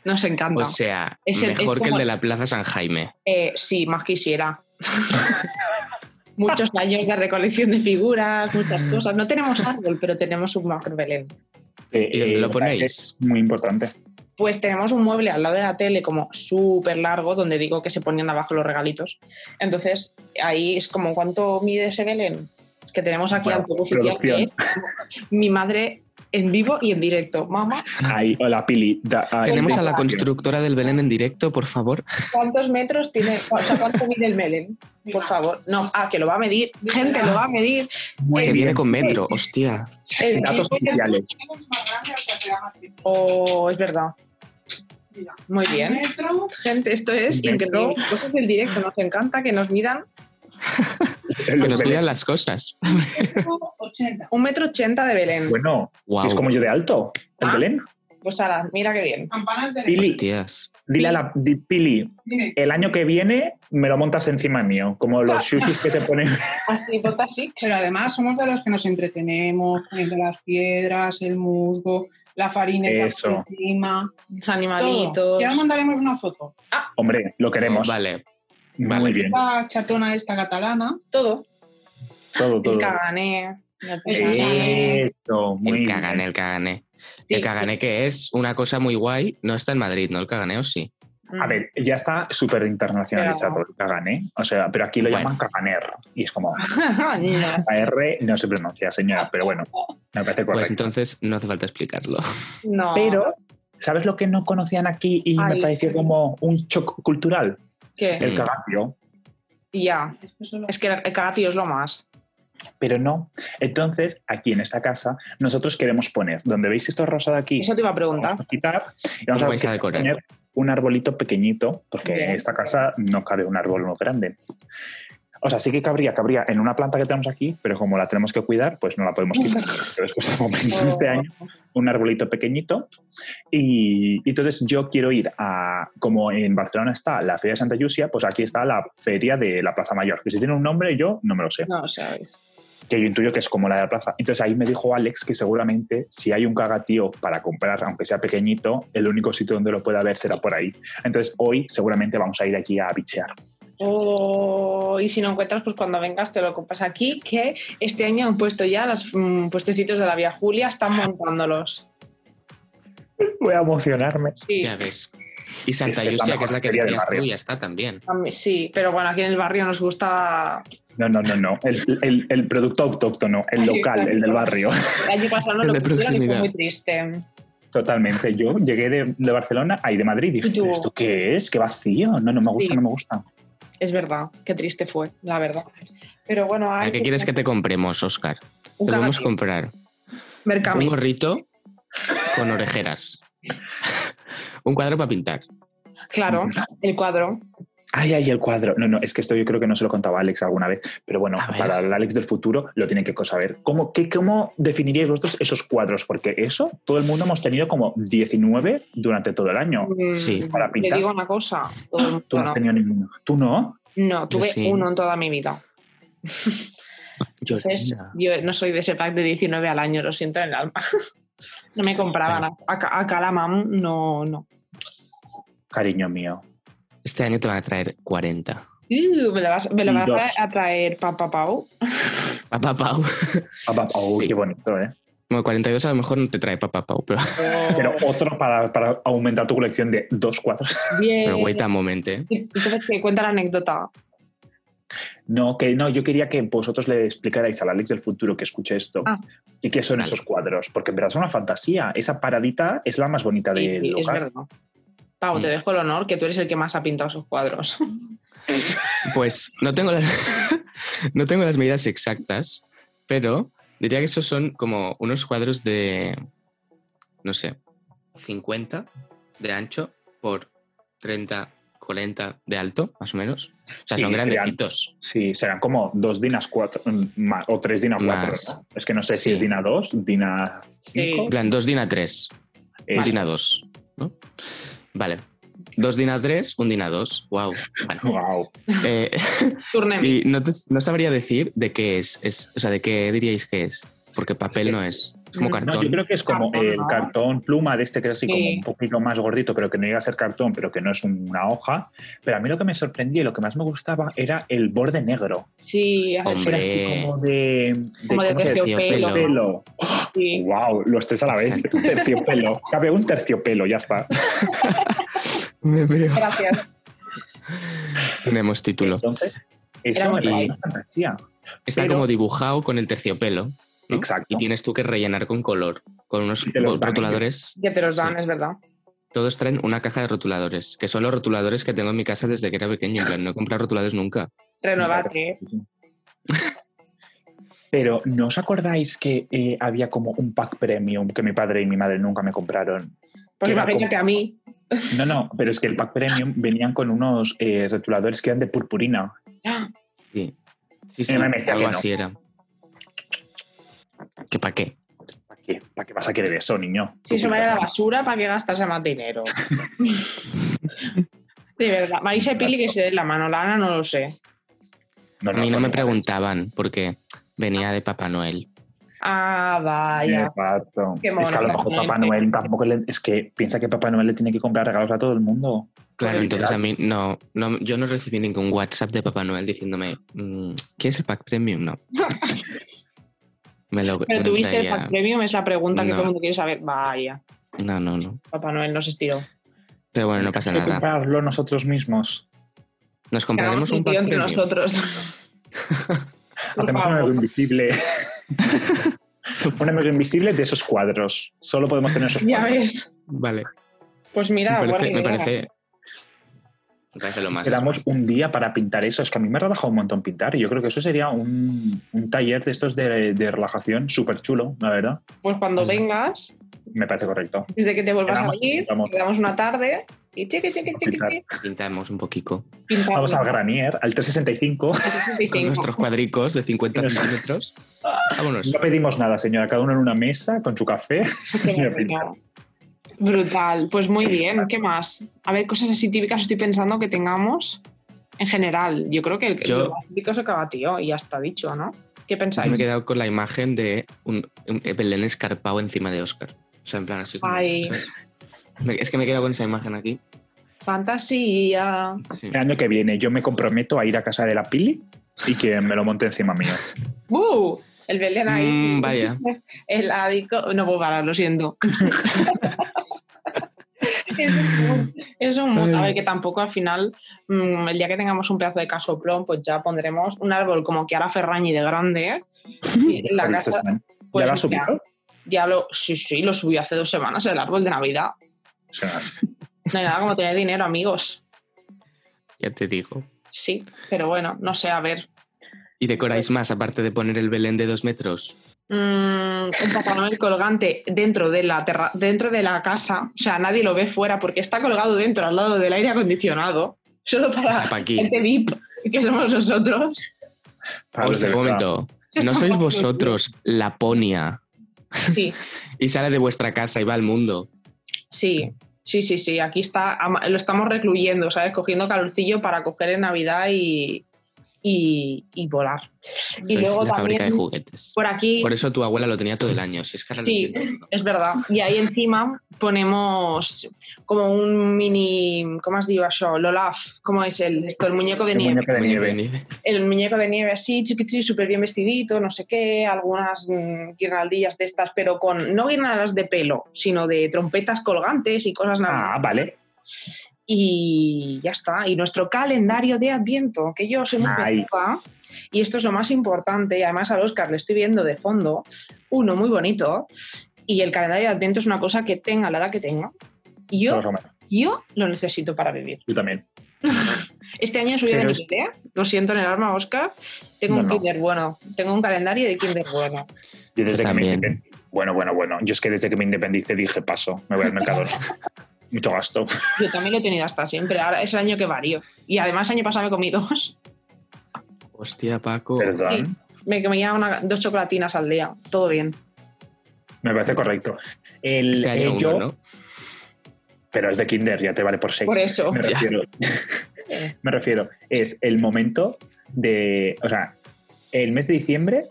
Speaker 1: Nos encanta.
Speaker 6: O
Speaker 2: Pues
Speaker 6: sea,
Speaker 1: Es el- es
Speaker 6: mejor que el
Speaker 1: como-
Speaker 6: de la Plaza San Jaime.
Speaker 1: Eh, sí, más quisiera. Muchos años de recolección de figuras, muchas cosas. No tenemos árbol, pero tenemos un macro Belén.
Speaker 2: Eh,
Speaker 6: ¿Y dónde
Speaker 2: eh,
Speaker 6: lo
Speaker 2: Es
Speaker 6: ponéis?
Speaker 2: muy importante.
Speaker 1: Pues tenemos un mueble al lado de la tele como súper largo, donde digo que se ponían abajo los regalitos. Entonces, ahí es como, ¿cuánto mide ese Belén? Que tenemos aquí
Speaker 2: Bueno,
Speaker 1: al Tubo Oficial, que
Speaker 2: producción.
Speaker 1: es mi madre en vivo y en directo. Mamá,
Speaker 2: Ahí, hola Pili. Da- ahí
Speaker 6: Tenemos
Speaker 2: te-
Speaker 6: a la constructora del Belén en directo, por favor.
Speaker 1: ¿cuántos metros tiene? O sea, ¿cuánto mide el Belén? Por favor. No, ah, que lo va a medir. Gente, lo va a medir. Eh,
Speaker 2: Muy
Speaker 6: Que
Speaker 2: bien.
Speaker 6: viene con metro, hostia.
Speaker 1: El
Speaker 2: Datos
Speaker 1: Belén-
Speaker 2: oficiales.
Speaker 1: eh, Oh, es verdad. Muy bien. Gente, esto es
Speaker 2: Metro.
Speaker 1: increíble. Cosas del directo, nos encanta que nos midan
Speaker 6: Que
Speaker 2: Los
Speaker 6: nos
Speaker 2: Belén.
Speaker 6: cuidan las cosas.
Speaker 1: un metro ochenta de Belén.
Speaker 2: Bueno,
Speaker 6: Wow.
Speaker 2: si es como yo de alto, el
Speaker 1: Ah.
Speaker 2: Belén.
Speaker 1: Pues ahora, mira qué bien.
Speaker 3: Campanas de
Speaker 2: Pili,
Speaker 6: Hostias.
Speaker 2: dile a la di- Pili,
Speaker 3: Dime,
Speaker 2: el año que viene me lo montas encima mío, como los sushis que te ponen.
Speaker 1: Así, bota así.
Speaker 3: Pero además somos de los que nos entretenemos poniendo las piedras, el musgo, la farineta
Speaker 2: Eso.
Speaker 3: por encima.
Speaker 1: Los
Speaker 3: Todo.
Speaker 1: animalitos.
Speaker 3: Ya os mandaremos una foto.
Speaker 2: Hombre, lo queremos.
Speaker 6: Vale.
Speaker 2: Muy
Speaker 6: Vale.
Speaker 2: bien.
Speaker 3: La chatona esta catalana.
Speaker 1: Todo.
Speaker 2: Todo,
Speaker 1: El
Speaker 2: todo.
Speaker 1: cagané.
Speaker 3: cagané.
Speaker 2: Eso, muy
Speaker 6: El
Speaker 2: bien.
Speaker 6: cagané, el cagané.
Speaker 1: Sí.
Speaker 6: El cagané que es una cosa muy guay. No está en Madrid, ¿no? El cagané o sí.
Speaker 2: A ver, ya está súper internacionalizado
Speaker 1: Pero-
Speaker 2: el cagané. O sea, pero aquí lo
Speaker 6: Bueno.
Speaker 2: llaman caganer. Y es como,
Speaker 1: No,
Speaker 2: la R no se pronuncia, señora, pero bueno, me parece
Speaker 6: Pues
Speaker 2: correcto.
Speaker 6: entonces no hace falta explicarlo.
Speaker 1: no.
Speaker 2: pero, ¿sabes lo que no conocían aquí y
Speaker 1: Ay.
Speaker 2: me pareció como un shock cultural?
Speaker 1: ¿Qué?
Speaker 2: El cagatio.
Speaker 1: Ya. Es que el cagatio es lo más.
Speaker 2: Pero no. Entonces, aquí en esta casa, nosotros queremos poner, donde veis esto rosado aquí,
Speaker 1: Eso te iba a preguntar.
Speaker 2: vamos a quitar y vamos
Speaker 6: ¿Cómo
Speaker 2: a,
Speaker 6: vais Pues a decorar?
Speaker 2: poner un arbolito pequeñito, porque
Speaker 1: Bien.
Speaker 2: en esta casa no cabe un árbol muy grande. O sea, sí que cabría, cabría en una planta que tenemos aquí, pero como la tenemos que cuidar, pues no la podemos quitar. Pero después de momento de
Speaker 6: Oh.
Speaker 2: este año, un arbolito pequeñito. Y, y entonces yo quiero ir a, como en Barcelona está la Feria de Santa Yusia, pues aquí está la Feria de la Plaza Mayor, que si tiene un nombre yo no me lo sé
Speaker 1: No, sabes.
Speaker 2: que yo intuyo que es como la de la plaza. Entonces ahí me dijo Alex que seguramente si hay un cagatío para comprar, aunque sea pequeñito, el único sitio donde lo pueda ver será por ahí. Entonces hoy seguramente vamos a ir aquí a bichear.
Speaker 1: Oh, y si no encuentras, pues cuando vengas te lo compras aquí, que este año han puesto ya los mm, puestecitos de la Vía Julia, están montándolos.
Speaker 2: Voy a emocionarme.
Speaker 1: Sí,
Speaker 6: Ya ves. Y
Speaker 2: Es
Speaker 6: Santa
Speaker 2: que es la
Speaker 6: Lucia, que
Speaker 2: mejor
Speaker 6: es la que
Speaker 2: feria del
Speaker 6: decías tú,
Speaker 2: barrio.
Speaker 6: ya está también.
Speaker 1: a mí- sí, pero bueno, aquí en el barrio nos gusta...
Speaker 2: No, no, no, no. El, el- el producto autóctono, el
Speaker 1: Ay,
Speaker 2: local, el del
Speaker 1: exacto.
Speaker 2: barrio.
Speaker 1: El año pasado no
Speaker 6: El
Speaker 1: lo
Speaker 6: de
Speaker 1: pusieron y fue
Speaker 6: proximidad.
Speaker 1: muy triste.
Speaker 2: Totalmente. Yo llegué de, de Barcelona, ahí de Madrid, y dije,
Speaker 1: Yo.
Speaker 2: ¿esto qué es? ¿Qué vacío? No, no me gusta,
Speaker 1: Sí.
Speaker 2: no me gusta.
Speaker 1: Es verdad, qué triste fue, la verdad. Pero bueno,
Speaker 6: ¿A
Speaker 1: hay
Speaker 6: qué quieres que te compremos, Oscar?
Speaker 1: un
Speaker 6: Te podemos
Speaker 1: cagatío.
Speaker 6: comprar
Speaker 1: Mercami.
Speaker 6: un gorrito con orejeras. Un cuadro para pintar.
Speaker 1: Claro, el cuadro.
Speaker 2: Ay, ay, el cuadro. No, no, es que esto yo creo que no se lo contaba a Alex alguna vez, pero bueno,
Speaker 6: A ver.
Speaker 2: para el Alex del futuro lo tienen que saber. ¿Cómo, qué, ¿Cómo definiríais vosotros esos cuadros? Porque eso, todo el mundo hemos tenido como 19 durante todo el año.
Speaker 1: Mm,
Speaker 6: Sí.
Speaker 2: Para
Speaker 1: Te
Speaker 2: pintar.
Speaker 1: digo una cosa. todo el mundo
Speaker 2: Tú no, has
Speaker 1: no.
Speaker 2: tenido ninguno. ¿Tú no?
Speaker 1: No, tuve
Speaker 6: sí.
Speaker 1: uno en toda mi vida. Entonces,
Speaker 6: Georgina.
Speaker 1: yo no soy de ese pack de 19 al año, lo siento en el alma. no me compraban a, a, a Calamam, no, no.
Speaker 2: Cariño mío.
Speaker 6: Este año te van a traer 40.
Speaker 1: Uh, me lo vas, me lo
Speaker 2: Y
Speaker 1: vas
Speaker 2: dos.
Speaker 1: a traer papá Pau.
Speaker 6: Papá Pau.
Speaker 2: Papá Pau,
Speaker 6: Sí.
Speaker 2: Ah, qué bonito, ¿eh?
Speaker 6: Bueno, 42 a lo mejor no te trae Papá Pau, pero,
Speaker 2: Pero otro para, para aumentar tu colección de dos cuadros.
Speaker 1: Bien.
Speaker 6: pero wait a moment, ¿eh?
Speaker 1: Entonces, que cuenta la anécdota.
Speaker 2: No, que no, yo quería que vosotros le explicarais al Alex del futuro que escuche esto.
Speaker 1: Ah.
Speaker 2: ¿Y qué son
Speaker 6: Vale.
Speaker 2: esos cuadros? Porque en verdad son una fantasía. Esa paradita es la más bonita
Speaker 1: Sí,
Speaker 2: del
Speaker 1: sí, es
Speaker 2: local.
Speaker 1: verdad. Pau, te
Speaker 6: Mm.
Speaker 1: dejo el honor que tú eres el que más ha pintado esos cuadros.
Speaker 6: Pues no tengo las, no tengo las medidas exactas, pero diría que esos son como unos cuadros de, no sé, 50 de ancho por 30, 1,40 de alto, más o menos. O sea,
Speaker 2: Sí,
Speaker 6: son
Speaker 2: serían-
Speaker 6: grandecitos.
Speaker 2: Sí, serán como dos dinas cuatro mm, ma- o tres dina cuatro.
Speaker 6: Más.
Speaker 2: ¿no? Es que no sé si
Speaker 6: Sí.
Speaker 2: es dina dos, dina cinco.
Speaker 6: En plan, 2 DIN A3,
Speaker 2: eh,
Speaker 6: un DIN A2, ¿no? Vale. Dos DIN A3, un DIN A2. Wow.
Speaker 2: Guau.
Speaker 1: Turneme.
Speaker 6: Eh, y no, te- no sabría decir de qué es, es- O sea, de qué diríais que es. Porque papel no es. Es como
Speaker 1: No,
Speaker 6: cartón.
Speaker 2: No, yo creo que es como
Speaker 1: Cartón,
Speaker 2: el
Speaker 1: ¿no?
Speaker 2: cartón pluma de este que es así como
Speaker 1: Sí.
Speaker 2: un poquito más gordito, pero que no llega a ser cartón, pero que no es una hoja. Pero a mí lo que me sorprendía y lo que más me gustaba era el borde negro.
Speaker 1: Sí, así,
Speaker 6: Hombre.
Speaker 2: Era así como de, de-
Speaker 1: como de
Speaker 2: ¿cómo se dice?
Speaker 1: terciopelo.
Speaker 6: terciopelo.
Speaker 2: Pelo.
Speaker 1: Sí.
Speaker 2: Wow, los tres a la vez.
Speaker 6: Exacto.
Speaker 2: Un terciopelo. Cabe un terciopelo, ya está.
Speaker 6: Me veo.
Speaker 1: Gracias.
Speaker 6: Tenemos título.
Speaker 2: Entonces,
Speaker 1: Era
Speaker 2: eso
Speaker 1: muy
Speaker 2: me parecía
Speaker 6: guay.
Speaker 2: una fantasía.
Speaker 6: Está
Speaker 2: Pero-
Speaker 6: como dibujado con el terciopelo. ¿no?
Speaker 2: Exacto.
Speaker 6: Y tienes tú que rellenar con color, con unos
Speaker 2: Y te los dan
Speaker 6: rotuladores.
Speaker 1: Que te los dan,
Speaker 6: Sí.
Speaker 1: es verdad.
Speaker 6: Todos traen una caja de rotuladores, que son los rotuladores que tengo en mi casa desde que era pequeño. En plan, no he comprado rotuladores nunca.
Speaker 1: Renovate.
Speaker 2: Pero ¿no os acordáis que eh, había como un pack premium que mi padre y mi madre nunca me compraron?
Speaker 1: Pues más
Speaker 2: Que era
Speaker 1: pequeño
Speaker 2: como-
Speaker 1: que a mí.
Speaker 2: No, no, pero es que el pack premium venían con unos eh, rotuladores que eran de purpurina.
Speaker 1: ¡ah!
Speaker 6: Sí. Sí, sí,
Speaker 2: Era una mezcla
Speaker 6: algo
Speaker 2: que no.
Speaker 6: así era. ¿Que para qué?
Speaker 2: ¿Para qué? ¿Para qué vas a querer eso, niño?
Speaker 1: Si eso me da la basura, ¿para qué gastarse más dinero? De verdad. Marisa y Pili que se den la mano. Lana no lo sé.
Speaker 2: No,
Speaker 6: A mí no
Speaker 2: son
Speaker 6: me
Speaker 2: iguales.
Speaker 6: preguntaban porque venía de Papá Noel.
Speaker 1: Ah,
Speaker 6: Eh,
Speaker 1: vaya.
Speaker 2: Exacto.
Speaker 1: Qué
Speaker 2: Es que a lo
Speaker 1: mono,
Speaker 2: mejor Papá
Speaker 1: realmente.
Speaker 2: Noel tampoco le... Es que piensa que Papá Noel le tiene que comprar regalos a todo el mundo.
Speaker 6: Claro,
Speaker 2: Literal.
Speaker 6: entonces a mí no, no, yo no recibí ningún WhatsApp de Papá Noel diciéndome, mm, ¿quieres el pack premium? No. Me lo, me
Speaker 1: Pero
Speaker 6: lo
Speaker 1: tuviste el
Speaker 6: traía.
Speaker 1: pack premium, es la pregunta que
Speaker 6: pues No.
Speaker 1: todo el mundo quiere saber. Vaya.
Speaker 6: No, no, no.
Speaker 1: Papá Noel nos estiró.
Speaker 6: Pero bueno, no pasa
Speaker 2: Hay que
Speaker 6: nada.
Speaker 2: comprarlo nosotros mismos.
Speaker 6: Nos
Speaker 1: Que hagamos
Speaker 6: compraremos un
Speaker 1: tío
Speaker 6: pack
Speaker 1: entre
Speaker 6: premium.
Speaker 1: nosotros. Por
Speaker 2: Hacemos un
Speaker 1: favor.
Speaker 2: amigo invisible. un amigo invisible de esos cuadros. Solo podemos tener esos
Speaker 1: Ya
Speaker 2: cuadros.
Speaker 1: ves.
Speaker 6: Vale.
Speaker 1: Pues mira,
Speaker 6: me, parece,
Speaker 1: buena
Speaker 6: me,
Speaker 1: idea.
Speaker 6: parece, me parece lo más.
Speaker 2: Quedamos un día para pintar eso. Es que a mí me ha relajado un montón pintar. Y yo creo que eso sería un, un taller de estos de, de relajación súper chulo, la verdad.
Speaker 1: Pues cuando
Speaker 6: Venga.
Speaker 1: vengas,
Speaker 2: Me parece correcto.
Speaker 1: desde que te vuelvas a
Speaker 2: Quedamos,
Speaker 1: ir,
Speaker 2: pintamos.
Speaker 1: quedamos una tarde y cheque, cheque, cheque,
Speaker 2: Pintar.
Speaker 1: cheque,
Speaker 6: Pintamos un poquito.
Speaker 1: pintamos.
Speaker 2: Vamos al Granier, al 365.
Speaker 1: Al 65.
Speaker 6: Con nuestros cuadricos de 50
Speaker 2: Nos-
Speaker 6: centímetros. Vámonos.
Speaker 2: No pedimos nada, señora. Cada uno en una mesa con su café. Mira, pintar.
Speaker 1: Brutal, pues muy bien, ¿qué más? A ver, cosas así típicas estoy pensando que tengamos en general. Yo creo que el
Speaker 6: Yo-
Speaker 1: lo más típico se acaba, tío, y ya está dicho, ¿no? ¿Qué
Speaker 6: Yo
Speaker 1: pensáis?
Speaker 6: me he quedado con la imagen de un, un Belén escarpado encima de Oscar. O sea, en plan así. como,
Speaker 1: Ay.
Speaker 6: ¿sabes? Me- es que me he quedado con esa imagen aquí.
Speaker 1: Fantasía.
Speaker 6: Sí.
Speaker 2: El año que viene yo me comprometo a ir a casa de la Pili y que me lo monte encima mío.
Speaker 1: ¡Uh! El Belén ahí.
Speaker 6: Mm, vaya.
Speaker 1: El adico. No puedo parar, lo siento. es un mood, es un mood. A ver, que tampoco al final, mm, el día que tengamos un pedazo de casoplón, pues ya pondremos un árbol como que hará Ferrañi de grande. ¿eh? Y la
Speaker 2: Avisos,
Speaker 1: casa,
Speaker 2: man.
Speaker 1: pues, mira,
Speaker 2: ¿Ya la has subido?
Speaker 1: ya lo, sí, sí, lo subí hace dos semanas, el árbol de Navidad.
Speaker 2: O sea,
Speaker 1: No hay nada como tener dinero, amigos.
Speaker 6: Ya te digo.
Speaker 1: Sí, pero bueno, no sé, a ver.
Speaker 6: ¿Y decoráis más aparte de poner el Belén de dos metros?
Speaker 1: Mm, un Papá Noel colgante dentro de la terra- dentro de la casa, o sea, nadie lo ve fuera porque está colgado dentro, al lado del aire acondicionado, solo
Speaker 6: O sea,
Speaker 1: para
Speaker 6: para aquí.
Speaker 1: gente VIP que somos nosotros.
Speaker 2: para
Speaker 6: O
Speaker 2: los de
Speaker 6: sea, un
Speaker 2: verdad.
Speaker 6: momento.
Speaker 1: Se
Speaker 6: No
Speaker 1: está
Speaker 6: sois
Speaker 1: poniendo-
Speaker 6: vosotros Laponia
Speaker 1: Sí,
Speaker 6: y sale de vuestra casa y va al mundo.
Speaker 1: sí, sí, sí, sí. Aquí está, ama- lo estamos recluyendo, ¿sabes? Cogiendo calorcillo para coger en Navidad y, y, y volar. Y
Speaker 6: Sois
Speaker 1: luego
Speaker 6: la fábrica de
Speaker 1: también
Speaker 6: juguetes.
Speaker 1: por aquí
Speaker 6: Por eso tu abuela lo tenía todo el año. Si es que ahora lo
Speaker 1: Sí.
Speaker 6: entiendo todo.
Speaker 1: Es verdad. Y ahí encima ponemos como un mini. ¿Cómo has dicho eso? Lolaf. ¿Cómo es el, esto? El muñeco de
Speaker 2: El
Speaker 1: nieve.
Speaker 2: muñeco de
Speaker 6: Muñeco
Speaker 2: nieve.
Speaker 6: de nieve.
Speaker 1: El muñeco de nieve así, chiquitín, súper bien vestidito, no sé qué. Algunas mm, guirnaldillas de estas, pero con. No guirnaldas de pelo, sino de trompetas colgantes y cosas nada.
Speaker 2: Ah, vale.
Speaker 1: Y ya está. Y nuestro calendario de Adviento, que yo soy muy
Speaker 2: Ay.
Speaker 1: petuca, Y esto es lo más importante. Y además al Oscar le estoy viendo de fondo uno muy bonito. Y el calendario de Adviento es una cosa que tenga la edad que tenga. Y
Speaker 2: Se
Speaker 1: yo,
Speaker 2: lo prometo.
Speaker 1: yo lo necesito para vivir.
Speaker 2: Yo también.
Speaker 1: Este año he subido de
Speaker 2: Pero
Speaker 1: nivel,
Speaker 2: es-
Speaker 1: ¿eh? Lo siento en el alma, Oscar. Tengo
Speaker 2: No,
Speaker 1: un
Speaker 2: no.
Speaker 1: kinder bueno. Tengo un calendario de kinder bueno.
Speaker 2: Yo desde
Speaker 6: Yo
Speaker 2: que me
Speaker 6: también.
Speaker 2: independicé. Bueno, bueno, bueno. Yo es que desde que me independicé dije paso, me voy al mercador. Mucho gasto.
Speaker 1: Yo también lo he tenido hasta siempre. Ahora es el año que varió. Y además, el año pasado me comí dos.
Speaker 6: Hostia, Paco.
Speaker 2: Perdón.
Speaker 1: Me comía una- dos chocolatinas al día. Todo bien.
Speaker 2: Me parece correcto. El,
Speaker 6: Este año
Speaker 2: eh,
Speaker 6: uno,
Speaker 2: yo-
Speaker 6: ¿no?
Speaker 2: Pero es de Kinder, ya te vale por seis.
Speaker 1: Por eso.
Speaker 2: Me
Speaker 6: Ya.
Speaker 2: refiero, me refiero, es el momento de. O sea, el mes de diciembre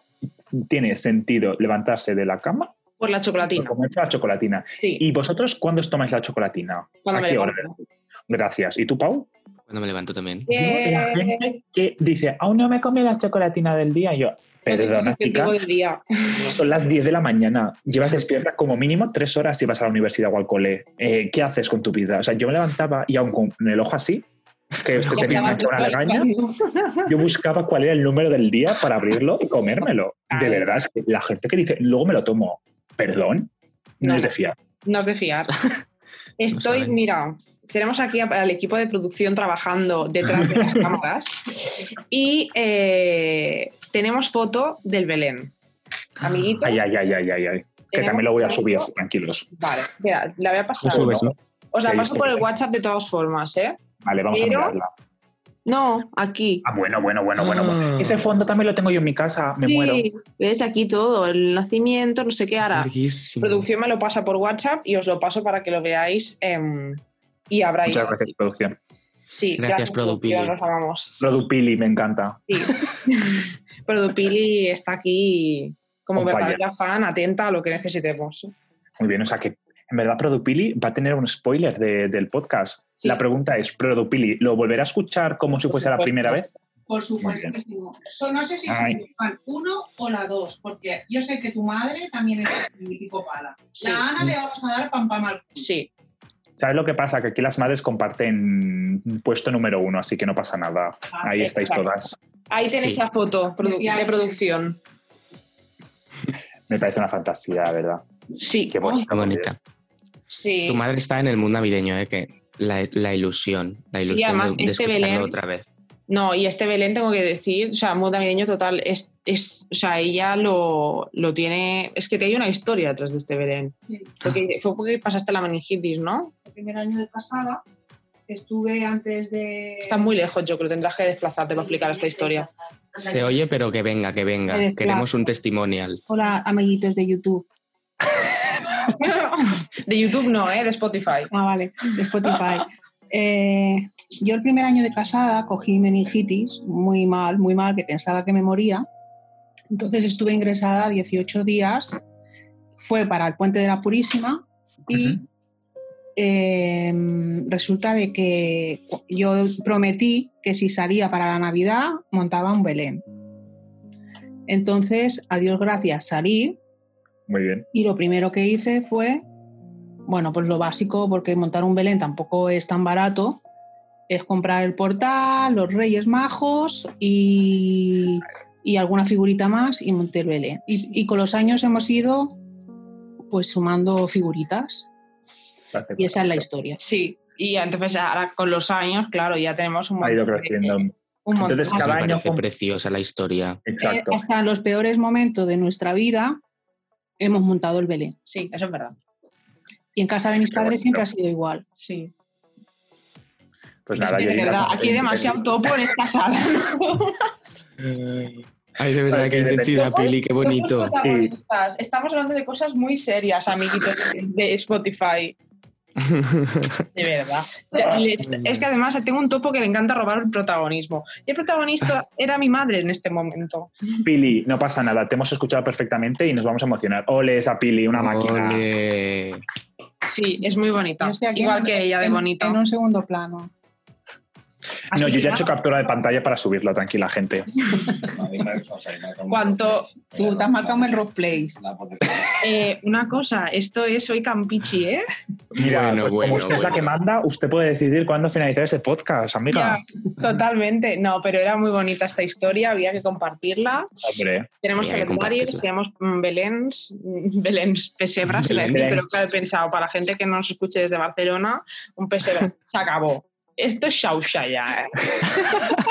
Speaker 2: tiene sentido levantarse de la cama
Speaker 1: Por la
Speaker 2: y
Speaker 1: chocolatina.
Speaker 2: comerse la chocolatina.
Speaker 1: Sí.
Speaker 2: ¿Y vosotros cuándo os tomáis la chocolatina?
Speaker 1: Cuando
Speaker 2: ¿A
Speaker 1: me
Speaker 2: qué
Speaker 1: levanto.
Speaker 2: hora? Gracias. ¿Y tú, Pau?
Speaker 6: Cuando me levanto también.
Speaker 2: Yo,
Speaker 1: Eh,
Speaker 2: la
Speaker 6: Eh,
Speaker 2: gente que dice, aún no me comí la chocolatina del día. Y yo, perdona, chica,
Speaker 1: Todo el día.
Speaker 2: son las 10 de la mañana. Llevas despierta como mínimo tres horas si vas a la universidad o al cole. Eh, ¿Qué haces con tu vida? O sea, yo me levantaba y aún con el ojo así, que
Speaker 6: Pues
Speaker 2: este tenía
Speaker 1: Estaba
Speaker 2: una una legaña,
Speaker 1: chocolatina.
Speaker 2: yo buscaba cuál era el número del día para abrirlo y comérmelo. De verdad, es que la gente que dice, luego me lo tomo, perdón, no,
Speaker 1: No.
Speaker 2: es de fiar.
Speaker 1: No es de fiar. Estoy,
Speaker 6: saben.
Speaker 1: mira, tenemos aquí a- al equipo de producción trabajando detrás de las cámaras y eh, tenemos foto del Belén. Amiguito.
Speaker 2: Ay, ay, ay, ay, ay, ay. Que
Speaker 1: tenemos
Speaker 2: también lo voy a
Speaker 1: foto-
Speaker 2: subir, tranquilos.
Speaker 1: Vale, mira, la voy a pasar.
Speaker 2: Eso
Speaker 6: subes,
Speaker 2: no.
Speaker 1: Os la
Speaker 2: Sí,
Speaker 1: paso
Speaker 2: sí.
Speaker 1: por el WhatsApp de todas formas, ¿eh?
Speaker 2: Vale, vamos
Speaker 1: Pero-
Speaker 2: a mirarla.
Speaker 1: No, aquí.
Speaker 2: Ah, bueno, bueno, bueno, bueno, bueno.
Speaker 6: Ah.
Speaker 2: Ese fondo también lo tengo yo en mi casa, me
Speaker 1: Sí,
Speaker 2: muero.
Speaker 1: ves aquí todo, el nacimiento, no sé qué hará.
Speaker 6: Larguísimo.
Speaker 1: Producción me lo pasa por WhatsApp y os lo paso para que lo veáis em, y habráis.
Speaker 2: Muchas gracias, producción.
Speaker 1: Sí,
Speaker 6: Gracias, Producpili.
Speaker 1: producción, Os amamos.
Speaker 2: Rodupili, me encanta.
Speaker 1: Sí. Pero Pili está aquí como
Speaker 2: On fire.
Speaker 1: verdadera fan, atenta a lo que necesitemos.
Speaker 2: Muy bien, o sea que en verdad Produpili va a tener un spoiler de- del podcast.
Speaker 1: Sí.
Speaker 2: La pregunta es, Produpili, ¿lo volverá a escuchar como si fuese la
Speaker 1: supuesto.
Speaker 2: primera vez?
Speaker 3: Por supuesto
Speaker 2: Muy
Speaker 3: que sí. no. So- no sé si
Speaker 2: Ay.
Speaker 3: es el uno o la dos, porque yo sé que tu madre también es mi pico pala.
Speaker 1: Sí.
Speaker 3: La Ana le vamos a dar pam pam al culo.
Speaker 1: Sí,
Speaker 2: ¿Sabes lo que pasa? Que aquí las madres comparten puesto número uno, así que no pasa nada.
Speaker 1: Ah,
Speaker 2: Ahí estáis
Speaker 1: exacto.
Speaker 2: todas.
Speaker 1: ahí tenéis
Speaker 6: Sí.
Speaker 1: la foto produ-
Speaker 3: Ya,
Speaker 1: de
Speaker 3: sí.
Speaker 1: producción.
Speaker 2: Me parece una fantasía, la verdad.
Speaker 1: Sí,
Speaker 2: Qué bonito.
Speaker 6: Qué bonita.
Speaker 1: sí.
Speaker 6: Tu madre está en el mundo navideño, ¿eh? Que la, la ilusión, la
Speaker 1: Sí,
Speaker 6: ilusión
Speaker 1: además,
Speaker 6: de, de
Speaker 1: este
Speaker 6: escucharlo
Speaker 1: Belén-
Speaker 6: otra vez.
Speaker 1: No, y este Belén tengo que decir, o sea, muy navideño total, es, es, o sea, ella lo, lo tiene, es que te hay una historia detrás de este Belén.
Speaker 3: Sí.
Speaker 1: Porque fue porque pasaste la meningitis, ¿no?
Speaker 3: El primer año de casada estuve antes de.
Speaker 1: Está muy lejos, yo creo, tendrás que desplazarte para explicar esta historia.
Speaker 6: Se oye, pero que venga, que venga.
Speaker 3: Eres
Speaker 6: Queremos un testimonial.
Speaker 3: Hola, amiguitos de YouTube.
Speaker 1: De YouTube no, ¿eh? De Spotify.
Speaker 3: Ah, vale, de Spotify. Eh, yo el primer año de casada cogí meningitis, muy mal, muy mal, que pensaba que me moría. Entonces estuve ingresada 18 días, fue para el puente de la Purísima y
Speaker 2: Ujú.
Speaker 3: eh, resulta de que cu- yo prometí que si salía para la Navidad montaba un Belén. Entonces, a Dios gracias, salí
Speaker 2: Muy bien.
Speaker 3: y lo primero que hice fue, bueno, pues lo básico, porque montar un Belén tampoco es tan barato, es comprar el portal, los Reyes Majos y, y alguna figurita más y monté el Belén. Y, y con los años hemos ido pues sumando figuritas
Speaker 2: Hace
Speaker 3: y esa es la historia.
Speaker 1: Sí, y entonces ahora con los años, claro, ya tenemos un
Speaker 2: Ha
Speaker 1: montón.
Speaker 2: ido
Speaker 1: de-
Speaker 2: creciendo.
Speaker 1: un montón.
Speaker 2: Entonces,
Speaker 6: Me
Speaker 2: cada año...
Speaker 6: parece preciosa la historia.
Speaker 3: Eh,
Speaker 2: Exacto.
Speaker 3: hasta los peores momentos de nuestra vida hemos montado el Belén.
Speaker 1: Sí, eso es verdad.
Speaker 3: Y en casa de mis
Speaker 2: Qué
Speaker 3: padres siempre ha
Speaker 2: bonito.
Speaker 3: sido igual.
Speaker 1: Sí.
Speaker 2: Pues
Speaker 1: Es
Speaker 2: nada,
Speaker 1: que
Speaker 2: yo
Speaker 1: de verdad, aquí hay demasiado topo en esta sala.
Speaker 6: Ay, de
Speaker 2: verdad,
Speaker 6: verdad,
Speaker 2: Ay, qué
Speaker 6: qué
Speaker 2: qué intensidad,
Speaker 6: intensidad,
Speaker 1: intensidad.
Speaker 6: Pili,
Speaker 1: Pili,
Speaker 6: qué
Speaker 1: Somos
Speaker 6: bonito.
Speaker 1: protagonistas. Estamos hablando de cosas muy serias, amiguitos de Spotify. De verdad. Les- Es que además tengo un topo que le encanta robar el protagonismo. Y el protagonista era mi madre en este momento.
Speaker 2: Pili, no pasa nada, te hemos escuchado perfectamente y nos vamos a emocionar. Ole esa Pili, una máquina.
Speaker 6: Ole.
Speaker 1: Sí, es muy bonita.
Speaker 3: Yo estoy aquí
Speaker 1: Igual
Speaker 3: en-
Speaker 1: que ella de
Speaker 3: en-
Speaker 1: bonito.
Speaker 3: En un segundo plano.
Speaker 1: Así
Speaker 2: No,
Speaker 1: que
Speaker 2: yo ya he
Speaker 1: nada,
Speaker 2: hecho captura de pantalla para subirla, tranquila, gente.
Speaker 1: Cuanto-
Speaker 3: Tú te has marcado un Melrose Place.
Speaker 5: Ah, pues
Speaker 1: eh, una cosa, esto es soy campichi, ¿eh?
Speaker 2: Mira,
Speaker 6: Bueno,
Speaker 2: pues
Speaker 6: bueno,
Speaker 2: como usted es la
Speaker 6: bueno.
Speaker 2: que manda, usted puede decidir cuándo finalizar ese podcast, amiga.
Speaker 1: Ya, totalmente. No, pero era muy bonita esta historia, había que compartirla.
Speaker 2: Hombre,
Speaker 1: Tenemos
Speaker 6: Había que
Speaker 1: calendarios,
Speaker 6: compartirla.
Speaker 1: tenemos mm, Beléns, mm, Beléns, pesebras, iba a decir,
Speaker 2: Beléns.
Speaker 1: pero claro, he pensado, para la gente que no nos escuche desde Barcelona, un pesebre se acabó. Esto es Shawsha ya, ¿eh?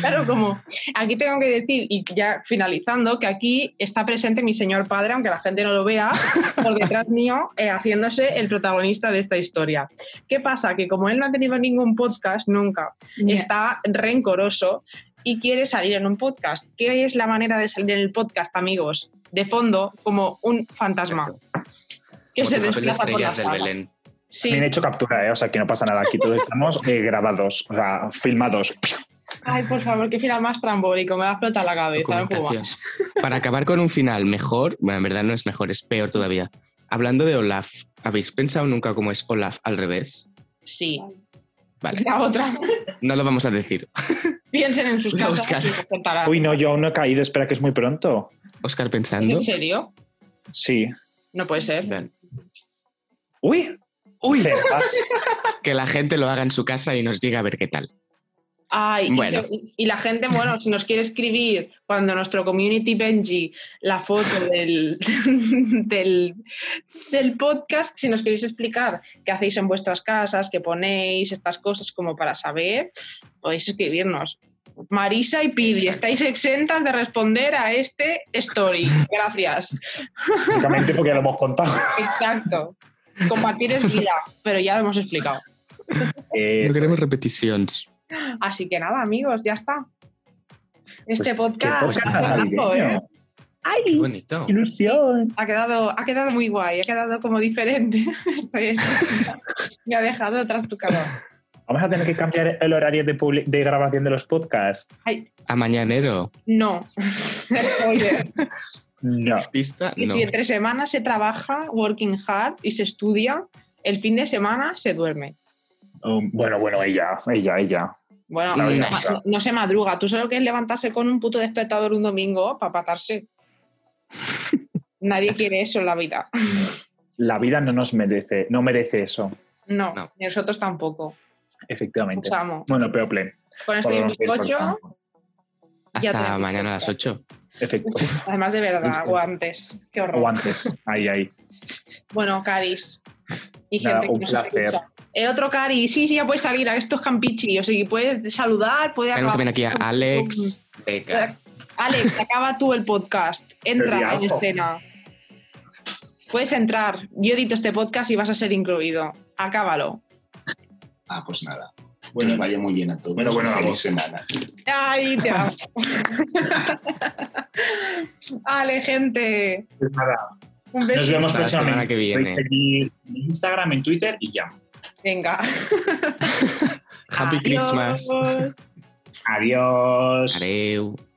Speaker 1: Claro, como aquí tengo que decir, y ya finalizando, que aquí está presente mi señor padre, aunque la gente no lo vea, por detrás mío, eh, haciéndose el protagonista de esta historia. ¿Qué pasa? Que como él no ha tenido ningún podcast nunca, está rencoroso y quiere salir en un podcast. ¿Qué es la manera de salir en el podcast, amigos? De fondo, como un fantasma. Que
Speaker 6: Como
Speaker 1: se
Speaker 6: te vas a ver las
Speaker 1: desplaza por la
Speaker 6: estrellas del
Speaker 1: sala.
Speaker 6: Belén.
Speaker 1: Sí.
Speaker 2: Bien hecho captura, ¿eh? O sea, que no pasa nada. Aquí todos estamos eh, grabados, o sea, filmados.
Speaker 1: Ay, por favor, qué final más trambólico, me va a explotar la cabeza. no puedo
Speaker 6: Documentación.
Speaker 1: más.
Speaker 6: Para acabar con un final mejor, bueno, en verdad no es mejor, es peor todavía. Hablando de Olaf, ¿habéis pensado nunca cómo es Olaf al revés?
Speaker 1: Sí.
Speaker 6: Vale,
Speaker 1: La otra.
Speaker 6: no lo vamos a decir.
Speaker 1: Piensen en sus
Speaker 6: Voy a
Speaker 1: casas
Speaker 6: buscar.
Speaker 1: y os contarán.
Speaker 2: Uy, no, yo aún no he caído. Espera, que es muy pronto.
Speaker 6: Oscar pensando.
Speaker 1: ¿En serio?
Speaker 2: Sí.
Speaker 1: No puede ser.
Speaker 6: Ven.
Speaker 2: ¡Uy! ¡Uy!
Speaker 6: Que la gente lo haga en su casa y nos diga a ver qué tal.
Speaker 1: Ay, y
Speaker 6: Bueno.
Speaker 1: se- y, y la gente, bueno, si nos quiere escribir cuando nuestro community Benji la foto del, del, del podcast, si nos queréis explicar qué hacéis en vuestras casas, qué ponéis, estas cosas como para saber, podéis escribirnos. Marisa y Pidi, estáis exentas de responder a este story. Gracias.
Speaker 2: Básicamente porque ya lo hemos contado.
Speaker 1: Exacto. Compartir es vida, pero ya lo hemos explicado.
Speaker 2: Eh,
Speaker 6: No queremos repeticiones.
Speaker 1: Así que nada, amigos, ya está. Este
Speaker 2: pues, qué
Speaker 1: podcast,
Speaker 6: Pues,
Speaker 2: podcast
Speaker 1: ha quedado
Speaker 2: navideño.
Speaker 1: guapo, ¿eh?
Speaker 6: Qué
Speaker 1: ¡Ay!
Speaker 6: bonito.
Speaker 2: ¡Ilusión!
Speaker 1: Ha quedado, ha quedado muy guay, ha quedado como diferente. Estoy- Me ha dejado tras tu calor.
Speaker 2: Vamos a tener que cambiar el horario de, publi- de grabación de los podcasts.
Speaker 6: A mañanero.
Speaker 1: No. Spoiler.
Speaker 2: No.
Speaker 6: Pista,
Speaker 1: Y
Speaker 6: no.
Speaker 1: si entre semanas se trabaja working hard y se estudia, el fin de semana se duerme.
Speaker 2: Um, bueno, bueno, ella, ella, ella.
Speaker 1: Bueno,
Speaker 6: La
Speaker 1: no,
Speaker 6: vida.
Speaker 1: ma- no se madruga. Tú solo quieres levantarse con un puto despertador un domingo para patarse. Nadie quiere eso en la vida.
Speaker 2: La vida no nos merece, no merece eso,
Speaker 1: No,
Speaker 6: No.
Speaker 1: ni nosotros tampoco.
Speaker 2: efectivamente.
Speaker 1: Os amo.
Speaker 2: bueno, pero plan.
Speaker 1: Con esto y un
Speaker 2: Podemos ir por
Speaker 1: bizcocho,
Speaker 2: campo.
Speaker 1: ya
Speaker 6: Hasta
Speaker 1: tenemos
Speaker 6: mañana a las
Speaker 1: pista.
Speaker 6: 8.
Speaker 2: Efecto.
Speaker 1: además de verdad,
Speaker 6: Listo.
Speaker 1: o antes. Qué horror.
Speaker 2: O antes. Ahí, ahí.
Speaker 1: Bueno, Caris. Y
Speaker 2: Nada,
Speaker 1: gente que
Speaker 2: un
Speaker 1: nos
Speaker 2: placer.
Speaker 1: escucha. El otro Caris, sí, sí, ya puedes salir a estos campichi. O sea, que puedes saludar, puedes
Speaker 6: Tenemos también
Speaker 1: acabar.
Speaker 6: aquí a Alex. Venga.
Speaker 1: Alex, acaba tú el podcast. Entra en
Speaker 2: Pero ya,
Speaker 1: escena. Puedes entrar. Yo edito este podcast y vas a ser incluido. Acábalo.
Speaker 5: Ah, pues nada. Bueno, vaya muy bien a todos.
Speaker 2: Bueno, bueno,
Speaker 5: y feliz
Speaker 2: vamos.
Speaker 5: semana.
Speaker 1: Ay, te amo. Ale, gente.
Speaker 2: Pues nada,
Speaker 1: Un
Speaker 2: Nos
Speaker 1: beso.
Speaker 2: vemos
Speaker 6: Hasta la semana
Speaker 2: próximamente.
Speaker 6: que viene.
Speaker 2: Estoy feliz En Instagram, en Twitter y ya.
Speaker 1: Venga.
Speaker 6: Happy Christmas.
Speaker 1: Adiós.
Speaker 2: Adiós.
Speaker 6: Adeu.